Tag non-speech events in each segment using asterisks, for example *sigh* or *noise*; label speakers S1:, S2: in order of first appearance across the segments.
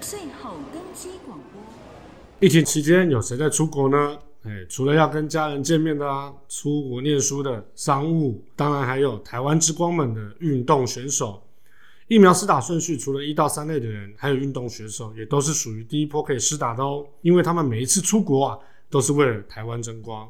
S1: 最后更新广播。
S2: 疫情期间有谁在出国呢？哎，除了要跟家人见面的啊，出国念书的、商务，当然还有台湾之光们的运动选手。疫苗施打顺序除了一到三类的人，还有运动选手，也都是属于第一波可以施打的哦，因为他们每一次出国啊，都是为了台湾争光。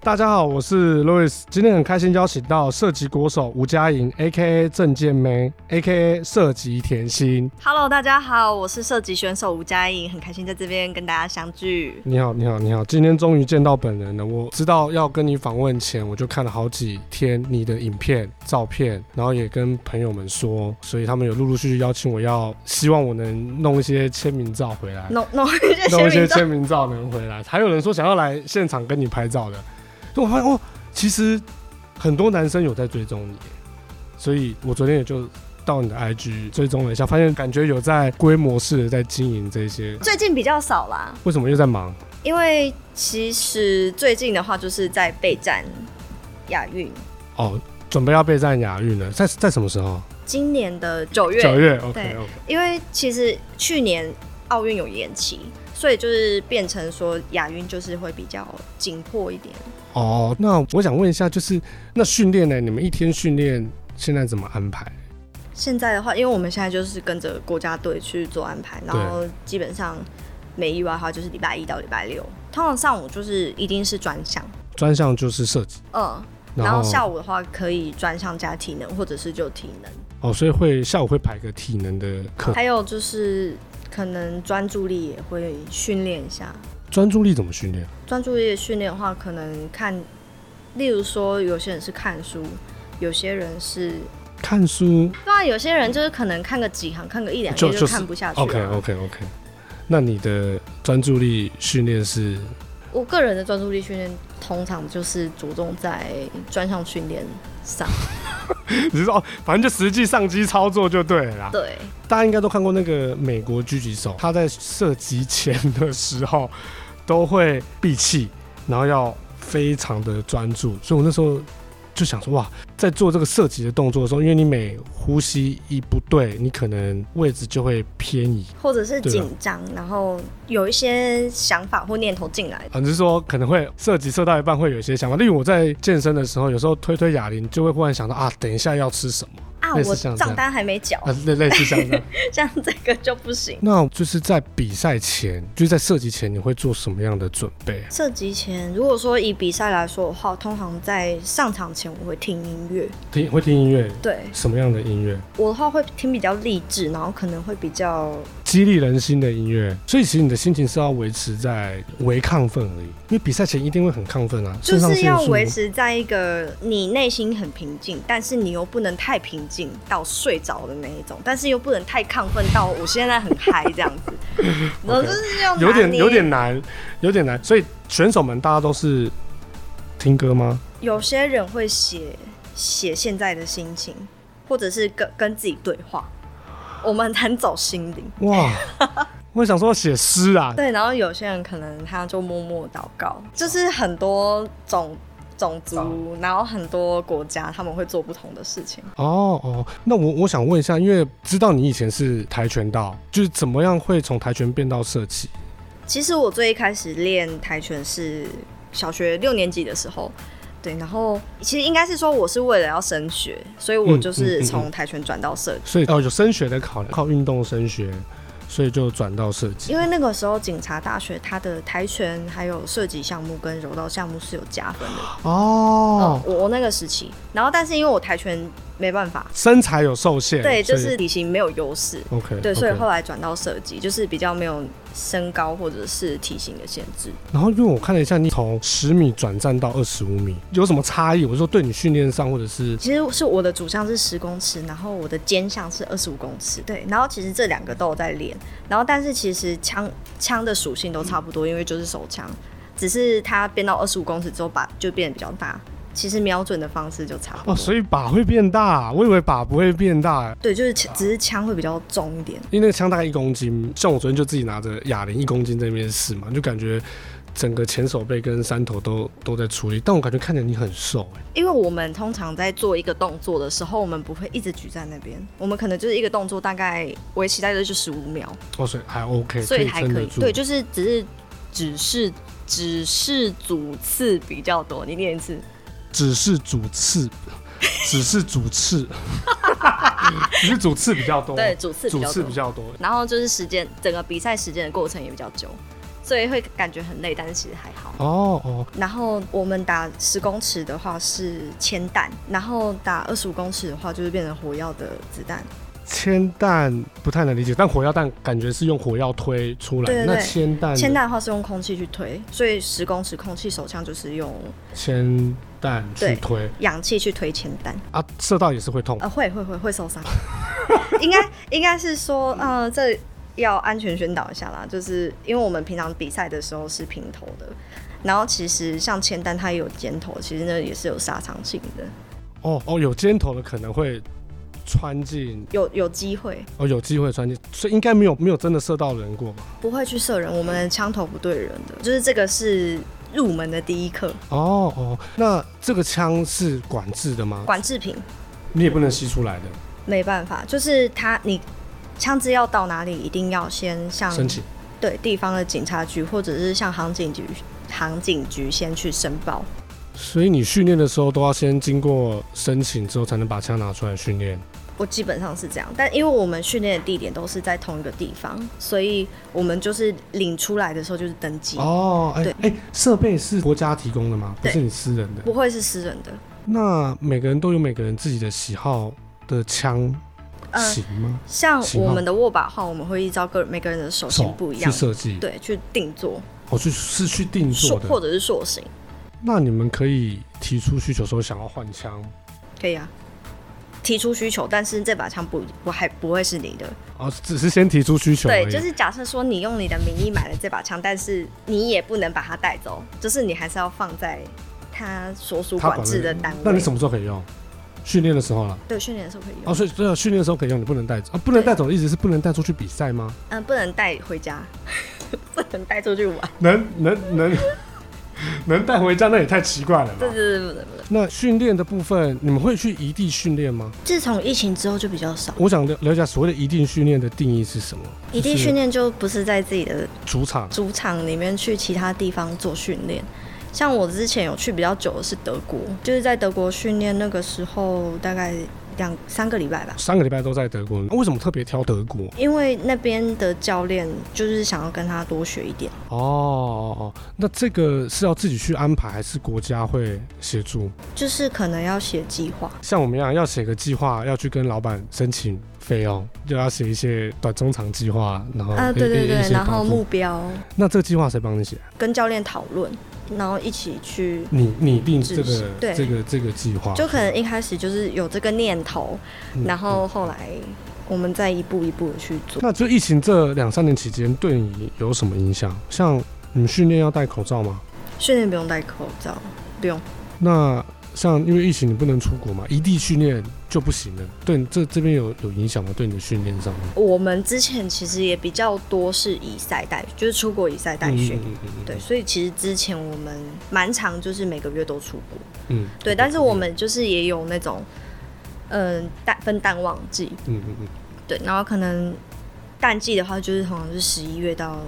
S3: 大家好，我是 Louis，今天很开心邀请到射击国手吴佳莹 （A.K.A. 郑健梅 ），A.K.A. 射击甜心。
S4: Hello，大家好，我是射击选手吴佳颖，很开心在这边跟大家相聚。
S3: 你好，你好，你好，今天终于见到本人了。我知道要跟你访问前，我就看了好几天你的影片、照片，然后也跟朋友们说，所以他们有陆陆续续邀请我要，希望我能弄一些签名照回来，
S4: 弄 *laughs* 弄一些
S3: 弄一
S4: 签
S3: 些
S4: 名照，
S3: 签名照能回来。还有人说想要来现场跟你拍照的，所以我发现哦，其实很多男生有在追踪你，所以我昨天也就到你的 IG 追踪了一下，发现感觉有在规模式的在经营这些。
S4: 最近比较少啦，
S3: 为什么又在忙？
S4: 因为其实最近的话就是在备战亚运，
S3: 哦，准备要备战亚运了，在在什么时候？
S4: 今年的九月，
S3: 九月。OK
S4: 对
S3: OK。
S4: 因为其实去年奥运有延期，所以就是变成说亚运就是会比较紧迫一点。
S3: 哦，那我想问一下，就是那训练呢？你们一天训练现在怎么安排？
S4: 现在的话，因为我们现在就是跟着国家队去做安排，然后基本上没意外的话就是礼拜一到礼拜六，通常上午就是一定是专项，
S3: 专项就是射击，
S4: 嗯，然后下午的话可以专项加体能，或者是就体能，
S3: 哦，所以会下午会排个体能的课，
S4: 还有就是可能专注力也会训练一下。
S3: 专注力怎么训练？
S4: 专注力的训练的话，可能看，例如说有些人是看书，有些人是，
S3: 看书
S4: 当然有些人就是可能看个几行，看个一两
S3: 就
S4: 页
S3: 就
S4: 就是看不下去了。
S3: OK OK OK，那你的专注力训练是
S4: 我个人的专注力训练通常就是着重在专项训练上。
S3: *laughs* 你是说，哦反正就实际上机操作就对了啦。
S4: 对，
S3: 大家应该都看过那个美国狙击手，他在射击前的时候都会闭气，然后要非常的专注。所以我那时候就想说，哇，在做这个射击的动作的时候，因为你每呼吸一不对，你可能位置就会偏移。
S4: 或者是
S3: 对啊
S4: 紧张，然后有一些想法或念头进来。
S3: 啊，你是说可能会射击射到一半会有一些想法，例如我在健身的时候，有时候推推哑铃就会忽然想到啊，等一下要吃什么
S4: 啊，
S3: 类似
S4: 我
S3: 像这样
S4: 账单还没缴，
S3: *laughs* 啊，类类似像这样。
S4: 像这个就不行。
S3: 那就是在比赛前，就是在射击前，你会做什么样的准备？啊
S4: 射击前，如果说以比赛来说的话，通常在上场前我会听音乐。
S3: 听会听音乐，
S4: 对
S3: 什么样的音乐？
S4: 我的话会听比较励志，然后可能会比较
S3: 激励人心的音乐。所以其实你的心情是要维持在微亢奋而已，因为比赛前一定会很亢奋啊，
S4: 就
S3: 肾上
S4: 是
S3: 腺
S4: 要
S3: 素
S4: 维持在一个你内心很平静，但是你又不能太平静到睡着的那一种，但是又不能太亢奋到我现在很嗨这样
S3: *laughs*
S4: 子，然后就是要拿捏
S3: 有点有点难，有点难。所以选手们大家都是听歌吗？
S4: 有些人会写写现在的心情，或者是跟跟自己对话，我们很走心灵。 *laughs*
S3: 哇， *laughs* 我想说写诗啊，
S4: 对，然后有些人可能他就默默祷告，就是很多种种族，然后很多国家他们会做不同的事情。
S3: 哦哦，那我我想问一下，因为知道你以前是跆拳道，就是怎么样会从跆拳变到射击？
S4: 其实我最一开始练跆拳是小学六年级的时候，对，然后其实应该是说我是为了要升学，所以我
S3: 嗯
S4: 就
S3: 嗯嗯
S4: 是
S3: 嗯
S4: 从跆拳转到射击，
S3: 所以哦，有升学的考量，靠运动升学，所以就转到射击。
S4: 因为那个时候警察大学它的跆拳还有射击项目跟柔道项目是有加分的，
S3: 哦
S4: 嗯，，我我那个时期，然后但是因为我跆拳没办法，
S3: 身材有受限，
S4: 对，就
S3: 所
S4: 是
S3: 以
S4: 体型没有优势。
S3: OK，
S4: 对，所以
S3: OK
S4: 后来转到射击，就是比较没有身高或者是体型的限制。
S3: 然后因为我看了一下，你从十米转战到二十五米，有什么差异？我说对你训练上或者是
S4: 其实是我的主项是十公尺，然后我的肩项是二十五公尺，对，然后其实这两个都有在练，然后但是其实枪枪的属性都差不多，因为就是手枪，只是它变到二十五公尺之后把就变得比较大，其实瞄准的方式就差不多，
S3: 哦，所以靶会变大，我以为靶不会变大，
S4: 对，就是其只是枪会比较重一点，
S3: 因为那个枪大概一公斤，像我昨天就自己拿着哑铃一公斤在那边试嘛，就感觉整个前手背跟三头都都在处理，但我感觉看起来你很瘦、欸，
S4: 因为我们通常在做一个动作的时候，我们不会一直举在那边，我们可能就是一个动作大概维持大概就十五秒，
S3: 哦，所以还 OK，
S4: 所以还
S3: 撑
S4: 可
S3: 得
S4: 以。
S3: 住。
S4: 对，就是只是只是只是主次比较多，你念一次。
S3: 只是主
S4: *laughs*
S3: 次，只是主次，只是主次比较多，
S4: 对，主次比
S3: 哦主
S4: 较
S3: 次
S4: 多
S3: 比。较多。
S4: 然后就是时间，整个比赛时间的过程也比较久，所以会感觉很累，但是其实还好。
S3: 哦哦，
S4: 然后我们打十公尺的话是铅弹，然后打二十五公尺的话就是变成火药的子弹。
S3: 铅弹不太能理解，但火药弹感觉是用火药推出来。
S4: 对对对
S3: 那铅弹呢，
S4: 铅弹的话是用空气去推，所以十公尺空气手枪就是用
S3: 铅弹去
S4: 对
S3: 推
S4: 氧气去推铅弹。
S3: 啊，射到也是会痛。
S4: 呃，会会会会受伤， *laughs* 应该应该是说，呃，这要安全宣导一下啦，就是因为我们平常比赛的时候是平头的，然后其实像铅弹它也有尖头，其实那也是有杀伤性的，
S3: 哦哦，有尖头的可能会穿进，
S4: 有有机会
S3: 哦，有机会穿进，所以应该没有没有真的射到人过吧？
S4: 不会去射人，我们的枪头不对人的，就是这个是入门的第一课，
S3: 哦哦，那这个枪是管制的吗？
S4: 管制品
S3: 你也不能吸出来的，
S4: 没办法，就是它你枪支要到哪里，一定要先向
S3: 申请。
S4: 对地方的警察局或者是向航警局航警局先去申报。
S3: 所以你训练的时候都要先经过申请之后，才能把枪拿出来训练。
S4: 我基本上是这样，但因为我们训练的地点都是在同一个地方，所以我们就是领出来的时候就是登记，
S3: 哦，哎、
S4: 对
S3: 哎、设备是国家提供的吗？不
S4: 对
S3: 是你私人的。
S4: 不会是私人的。
S3: 那每个人都有每个人自己的喜好的枪
S4: 呃
S3: 型吗？
S4: 像
S3: 型号
S4: 我们的握把号，我们会依照个每个人的手型
S3: 手
S4: 嗯不一
S3: 去
S4: 样，
S3: 设计，
S4: 对，去定做
S3: 哦，去是去定
S4: 塑
S3: 做
S4: 或
S3: 的。
S4: 者是塑形，
S3: 那你们可以提出需求说想要换枪
S4: 可以啊。提出需求，但是这把枪不，我还不会是你的。
S3: 哦，只是先提出需求而已。
S4: 对，就是假设说你用你的名义买了这把枪，但是你也不能把它带走，就是你还是要放在他所属
S3: 他
S4: 管制的单位。
S3: 那你什么时候可以用？训练的时候了。
S4: 对训练的时候可以用？
S3: 哦，所以对啊，训练的时候可以用，你不能带走啊？不能带走的意思是不能带出去比赛吗？
S4: 嗯，不能带回家， *laughs* 不能带出去玩。
S3: 能能能 *laughs* 能带回家，那也太奇怪了吧
S4: 对对对对对对。
S3: 那训练的部分，你们会去移地训练吗？
S4: 自从疫情之后就比较少，
S3: 我想了了解所谓的移地训练的定义是什么？
S4: 一地训练就不是在自己的
S3: 就是主场
S4: 主场里面去其他地方做训练。像我之前有去比较久的是德国，就是在德国训练，那个时候大概两三个礼拜吧。
S3: 三个礼拜都在德国，那为什么特别挑德国？
S4: 因为那边的教练就是想要跟他多学一点，
S3: 哦哦哦，那这个是要自己去安排，还是国家会协助？
S4: 就是可能要写计划，
S3: 像我们一样要写个计划，要去跟老板申请费用，就要写一些短中长计划，然后
S4: 啊，
S3: 一
S4: 对对
S3: 一一
S4: 对，
S3: 些
S4: 然后
S3: 帮助
S4: 目标
S3: 那这个计划谁帮你写？
S4: 跟教练讨论，然后一起去
S3: 你拟定这
S4: 执行
S3: 个
S4: 对
S3: 这个这个计划，
S4: 就可能一开始就是有这个念头，
S3: 嗯
S4: 然后后来我们再一步一步的去做。
S3: 那就疫情这两三年期间，对你有什么影响？像你们训练要戴口罩吗？
S4: 训练不用戴口罩，不用。
S3: 那像因为疫情你不能出国嘛，异地训练就不行了。对你这这边有有影响吗？对你的训练上面？
S4: 我们之前其实也比较多是以赛代，就是出国以赛代训。
S3: 嗯嗯嗯
S4: 对，所以其实之前我们蛮常就是每个月都出国，
S3: 嗯，
S4: 对，但是我们就是也有那种，嗯、淡分淡旺季，
S3: 嗯嗯嗯，
S4: 对，然后可能淡季的话就是通常是十一月到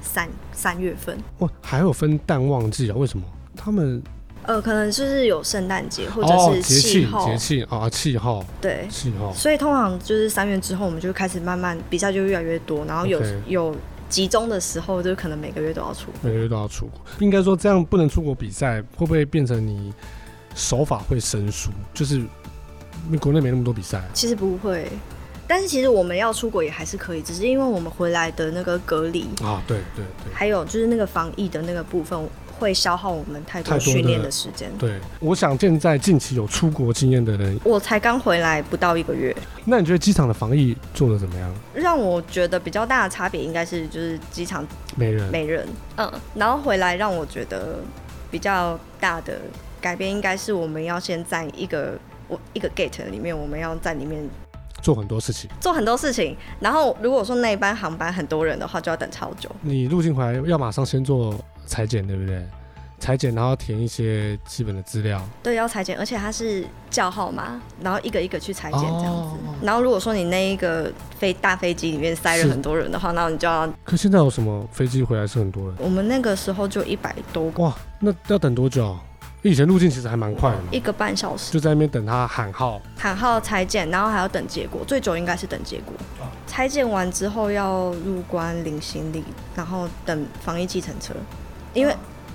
S4: 三三月份，
S3: 嗯哇，还有分淡旺季啊？为什么？他们
S4: 呃，可能就是有圣诞节或
S3: 哦
S4: 者是
S3: 节气
S4: 候，
S3: 节气啊气候
S4: 对，
S3: 气候
S4: 所以通常就是三月之后，我们就开始慢慢比赛就越来越多，然后有
S3: OK 嗯
S4: 有集中的时候，就可能每个月都要出。
S3: 每个月都要出国，应该说这样不能出国比赛，会不会变成你手法会生疏？就是国内没那么多比赛啊。
S4: 其实不会，但是其实我们要出国也还是可以，只是因为我们回来的那个隔离，
S3: 啊，对对对
S4: 还有就是那个防疫的那个部分，会消耗我们太
S3: 太多
S4: 多
S3: 的
S4: 训练的时间。
S3: 对，我想现在近期有出国经验的人，
S4: 我才刚回来不到一个月，
S3: 那你觉得机场的防疫做的怎么样？
S4: 让我觉得比较大的差别应该是就是机场
S3: 没人，
S4: 没人，嗯，然后回来让我觉得比较大的改变，应该是我们要先在一个我一个 gate 里面，我们要在里面
S3: 做很多事情。
S4: 做很多事情。然后如果说那一班航班很多人的话，就要等超久。
S3: 你入境回来要马上先做裁剪，对不对？裁剪，然后填一些基本的资料。
S4: 对，要裁剪，而且它是叫号码，然后一个一个去裁剪这样子。
S3: 哦
S4: 然后如果说你那一个飞大飞机里面塞了
S3: 是
S4: 很多人的话，那你就要
S3: 可现在有什么飞机回来是很多人？
S4: 我们那个时候就一百多个，
S3: 哇，那要等多久？因为以前入境其实还蛮快的嘛，
S4: 一个半小时
S3: 就在那边等他喊号。
S4: 喊号裁剪，然后还要等结果，最久应该是等结果。裁剪完之后要入关领行李，然后等防疫计程车，因为。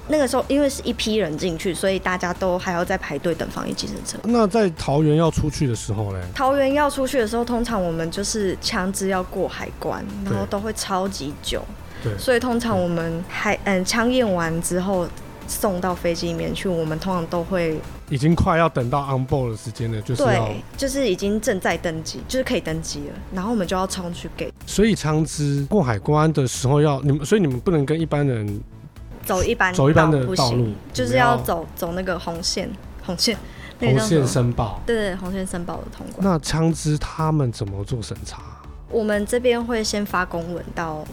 S4: 那个时候，因为是一批人进去，所以大家都还要在排队等防疫计程车。
S3: 那在桃园要出去的时候嘞，
S4: 桃园要出去的时候，通常我们就是枪支要过海关，然后都会超级久，
S3: 对
S4: 所以通常我们海嗯枪验完之后送到飞机里面去，我们通常都会
S3: 已经快要等到 on board 的时间了，就是要
S4: 对，就是已经正在登机，就是可以登机了，然后我们就要冲去给
S3: 所以枪支过海关的时候要你们，所以你们不能跟一般人
S4: 走一般
S3: 走一般的
S4: 不
S3: 道路
S4: 行，就是
S3: 你们要
S4: 要走走那个红线，红线，那
S3: 红
S4: 个叫什
S3: 线
S4: 么？
S3: 申报。
S4: 对对，红线申报的通关。
S3: 那枪支他们怎么做审查？
S4: 我们这边会先发公文到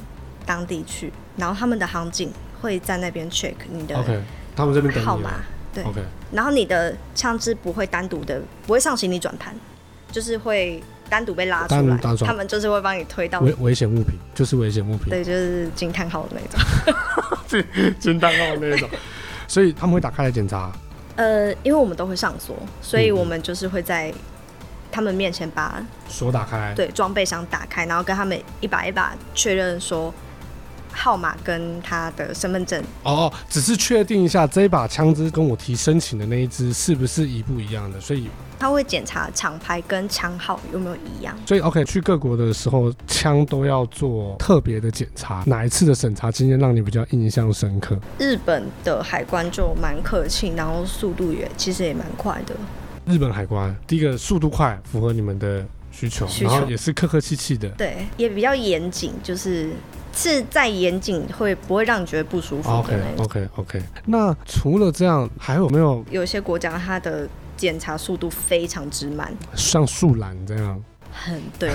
S4: 当地去，然后他们的航警会在那边 check 你的
S3: OK，他们这边等
S4: 号
S3: 你
S4: 码
S3: 了。
S4: 对
S3: OK，
S4: 然后你的枪支不会单独的，不会上行李转盘，就是会单独被拉出
S3: 单独
S4: 来
S3: 打，转
S4: 他们就是会帮你推到，
S3: 危危险物品就是危险物品，
S4: 对，就是惊叹号的那种。
S3: *laughs* 真蛋糕那种。 *laughs* 所以他们会打开来检查。
S4: 呃，因为我们都会上锁，所以
S3: 嗯
S4: 我们就是会在他们面前把
S3: 锁打开，
S4: 对装备箱打开，然后跟他们一把一把确认说号码跟他的身份证
S3: 哦，哦只是确定一下这一把枪支跟我提申请的那一支是不是一不一样的，所以
S4: 他会检查厂牌跟枪号有没有一样。
S3: 所以 OK，去各国的时候，枪都要做特别的检查。哪一次的审查经验让你比较印象深刻？
S4: 日本的海关就蛮客气，然后速度也其实也蛮快的。
S3: 日本海关，第一个速度快，符合你们的需求，
S4: 需求
S3: 然后也是客客气气的。
S4: 对，也比较严谨，就是是在严谨会不会让你觉得不舒服的
S3: OK
S4: 那种。
S3: OK OK，那除了这样，还有没有
S4: 有些国家它的检查速度非常之慢，
S3: 像树懒这样，
S4: 很
S3: *laughs*
S4: 对，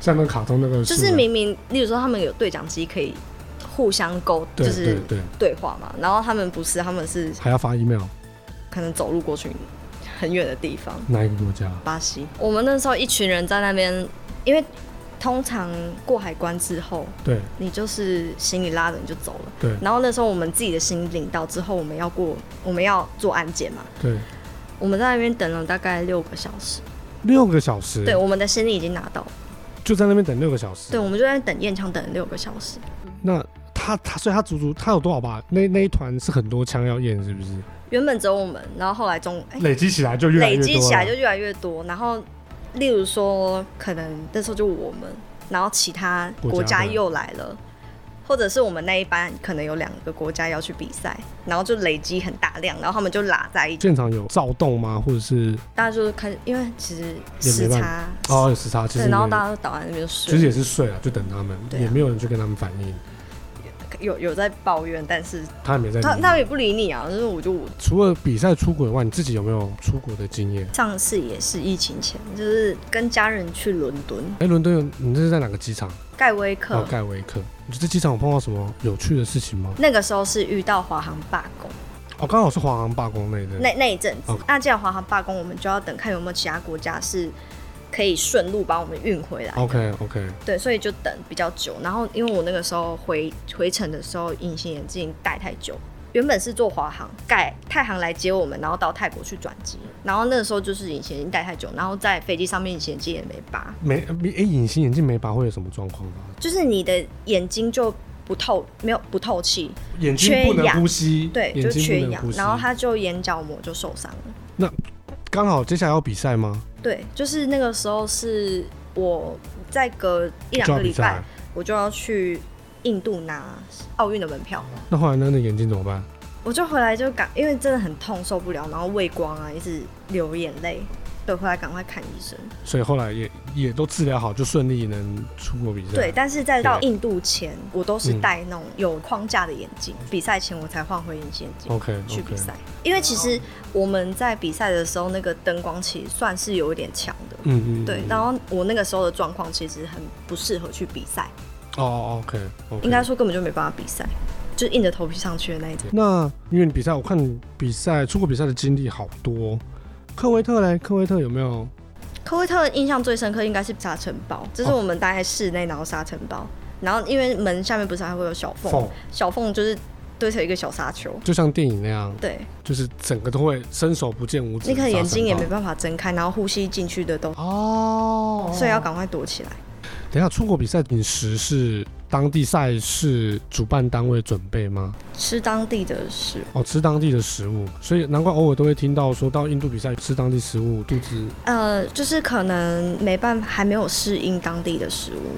S3: 像那卡通那个树
S4: 就
S3: 懒？
S4: 是明明，例如说他们有对讲机可以互相沟，就
S3: 对对
S4: 是
S3: 对，
S4: 对话嘛，然后他们不是，他们是
S3: 还要发 email，
S4: 可能走路过去很远的地方。
S3: 哪一个国家？
S4: 巴西，我们那时候一群人在那边，因为通常过海关之后，
S3: 对
S4: 你就是行李拉着你就走了。
S3: 对
S4: 然后那时候我们自己的行李领到之后，我们要过，我们要做安检嘛。
S3: 对，
S4: 我们在那边等了大概六个小时，
S3: 六个小时，
S4: 对，我们的行李已经拿到了，
S3: 就在那边等六个小时。
S4: 对，我们就在等验枪等了六个小时。
S3: 那他他所以他足足他有多少把？那那一团是很多枪要验，是不是？
S4: 原本只有我们，然后后来中哎、
S3: 累积起来就越来
S4: 累
S3: 越多
S4: 积起来就
S3: 了
S4: 越来越多。然后，例如说，可能那时候就我们，然后其他
S3: 国
S4: 国
S3: 家
S4: 家
S3: 的
S4: 又来了，或者是我们那一班可能有两个国家要去比赛，然后就累积很大量，然后他们就拉在一起，
S3: 现场有躁动吗？或者是
S4: 大家就是开始，因为其实时
S3: 办
S4: 差，
S3: 哦有时差？其
S4: 对，
S3: 实
S4: 然后
S3: 也
S4: 大家都倒在那边
S3: 其实
S4: 睡
S3: 也，是睡了，就等他们，
S4: 对啊
S3: 也没有人去跟他们反映，
S4: 有有在抱怨，但是
S3: 他也没在理
S4: 他
S3: 你。
S4: 他们也不理你啊，就是我就我
S3: 除了比赛出国以外，你自己有没有出国的经验？
S4: 上次也是疫情前，就是跟家人去伦敦
S3: 哎，伦敦有你这是在哪个机场？
S4: 盖威克。
S3: 哦，盖维克。你在机场有碰到什么有趣的事情吗？
S4: 那个时候是遇到华航罢工，
S3: 哦，刚好是华航罢工那一阵。
S4: 那那一阵子
S3: OK，
S4: 那既然华航罢工，我们就要等看有没有其他国家是可以顺路把我们运回来。
S3: OK OK，
S4: 对，所以就等比较久。然后因为我那个时候回回程的时候，隐形眼镜戴太久，原本是坐华航，盖太行来接我们，然后到泰国去转机。然后那个时候就是隐形眼镜戴太久，然后在飞机上面隐形眼镜也没拔，
S3: 没哎，隐形眼镜没拔会有什么状况吗？
S4: 就是你的眼睛就不透，没有不透气，
S3: 眼睛不
S4: 缺
S3: 能
S4: 氧
S3: 呼吸，
S4: 对，就
S3: 眼睛
S4: 缺
S3: 不能
S4: 氧
S3: 呼，吸。
S4: 然后他就眼角膜就受伤了。
S3: 刚好接下来要比赛吗？
S4: 对，就是那个时候是我再隔一两
S3: 就要
S4: 个
S3: 比
S4: 礼
S3: 赛
S4: 拜，。我就要去印度拿奥运的门票，
S3: 那后来呢？那眼睛怎么办？
S4: 我就回来就赶，因为真的很痛，受不了，然后畏光啊，一直流眼泪，对，回来赶快看医生。
S3: 所以后来也也都治疗好，就顺利能出国比赛。
S4: 对，，但是在
S3: 啊
S4: 到印度前，我都
S3: 嗯
S4: 是戴那种有框架的眼镜，比赛前我才换回隐形眼镜。
S3: OK
S4: 去比
S3: 哦 OK，
S4: 赛，因为其实我们在比赛的时候，那个灯光其实算是有一点强的，
S3: 嗯嗯，
S4: 对。
S3: 嗯
S4: 然后我那个时候的状况其实很不适合去比赛，
S3: 哦，OK，, o k
S4: 应该说根本就没办法比赛。就是硬着头皮上去的那一种。
S3: 那因为你比赛，我看你比赛出国比赛的经历好多。科威特嘞，科威特有没有？
S4: 科威特印象最深刻应该是沙尘暴，这
S3: 哦
S4: 是我们待在室内，然后沙尘暴，然后因为门下面不是还会有小缝，
S3: 缝
S4: 小缝就是堆成一个小沙丘，
S3: 就像电影那样，
S4: 对
S3: 就是整个都会伸手不见五指。
S4: 你可能眼睛也没办法睁开，然后呼吸进去的都，
S3: 哦。
S4: 所以要赶快躲起来。
S3: 等一下出国比赛饮食是当地赛事主办单位准备吗？
S4: 吃当地的食物，
S3: 哦，吃当地的食物，所以难怪偶尔都会听到说到印度比赛吃当地食物，肚子。
S4: 呃，就是可能没办法，还没有适应当地的食物。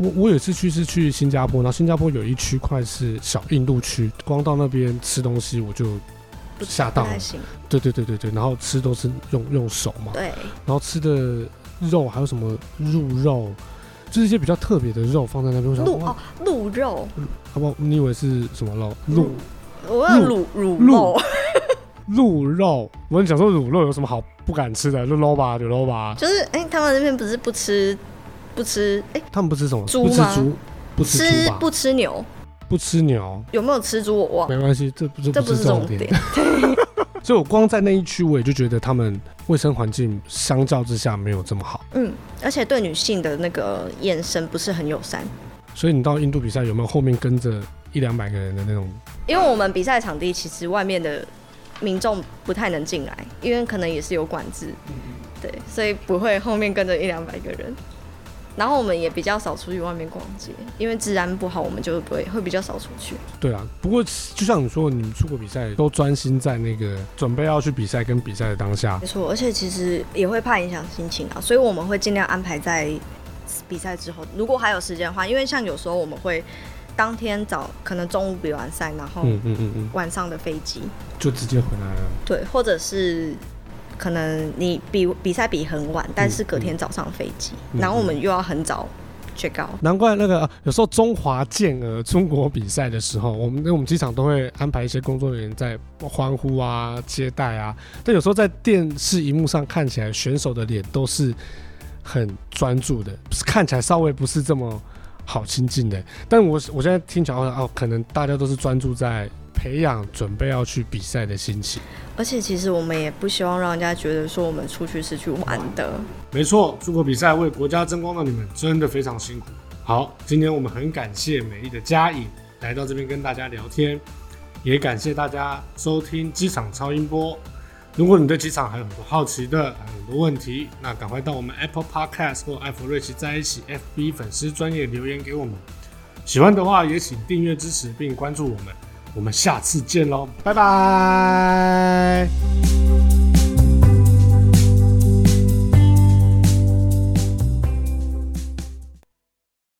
S3: 我我有一次去是去新加坡，然后新加坡有一区块是小印度区，光到那边吃东西我就
S4: 不
S3: 吓
S4: 不
S3: 到了哦
S4: 太。行，
S3: 对对对对对，然后吃都是用用手嘛，
S4: 对，
S3: 然后吃的肉还有什么鹿肉，就是一些比较特别的肉放在那边。我想
S4: 鹿
S3: 哇
S4: 哦，鹿肉，
S3: 好不好？你以为是什么肉？鹿
S4: 我要
S3: 鹿
S4: 卤乳
S3: 鹿
S4: 肉，
S3: 鹿肉，我跟你讲说卤肉有什么好不敢吃的？就肉吧，就肉吧。
S4: 就是哎、他们那边不是不吃不吃哎、
S3: 他们不吃什么？
S4: 猪
S3: 不吃
S4: 吗
S3: 猪，不吃
S4: 吃
S3: 猪吧？
S4: 不吃牛，
S3: 不吃牛，
S4: 有没有吃猪我忘了，
S3: 没关系，这不是
S4: 这
S3: 不
S4: 不
S3: 是
S4: 是
S3: 重
S4: 重
S3: 点
S4: 点。。
S3: 所以我光在那一区，我也就觉得他们卫生环境相较之下没有这么好。
S4: 嗯，而且对女性的那个眼神不是很友善，
S3: 所以你到印度比赛有没有后面跟着一两百个人的那种？
S4: 因为我们比赛场地其实外面的民众不太能进来，因为可能也是有管制，对，所以不会后面跟着一两百个人。然后我们也比较少出去外面逛街，因为治安不好，我们就不会会比较少出去。
S3: 对啊，不过就像你说，你们出国比赛都专心在那个准备要去比赛跟比赛的当下
S4: 没，错，而且其实也会怕影响心情啊，所以我们会尽量安排在比赛之后，如果还有时间的话，因为像有时候我们会当天早可能中午比完赛，然后
S3: 嗯嗯嗯嗯，
S4: 晚上的飞机，
S3: 就直接回来了。
S4: 对，或者是可能你比比赛比很晚，但是隔天早上飞机，
S3: 嗯
S4: 然后我们又要很早 check out。
S3: 难怪那个啊有时候中华健儿出国比赛的时候，我们因为我们机场都会安排一些工作人员在欢呼啊、接待啊，但有时候在电视荧幕上看起来选手的脸都是很专注的，看起来稍微不是这么好亲近的。但我我现在听起来好像哦，可能大家都是专注在培养准备要去比赛的心情。
S4: 而且其实我们也不希望让人家觉得说我们出去是去玩的，
S2: 没错，出国比赛为国家争光的你们真的非常辛苦。好，今天我们很感谢美丽的佳颖来到这边跟大家聊天，也感谢大家收听机场超音波。如果你对机场还有很多好奇的，还有很多问题，那赶快到我们 Apple Podcast 或艾弗瑞奇在一起 FB 粉丝专业留言给我们。喜欢的话也请订阅支持并关注我们，我们下次见喽，拜拜。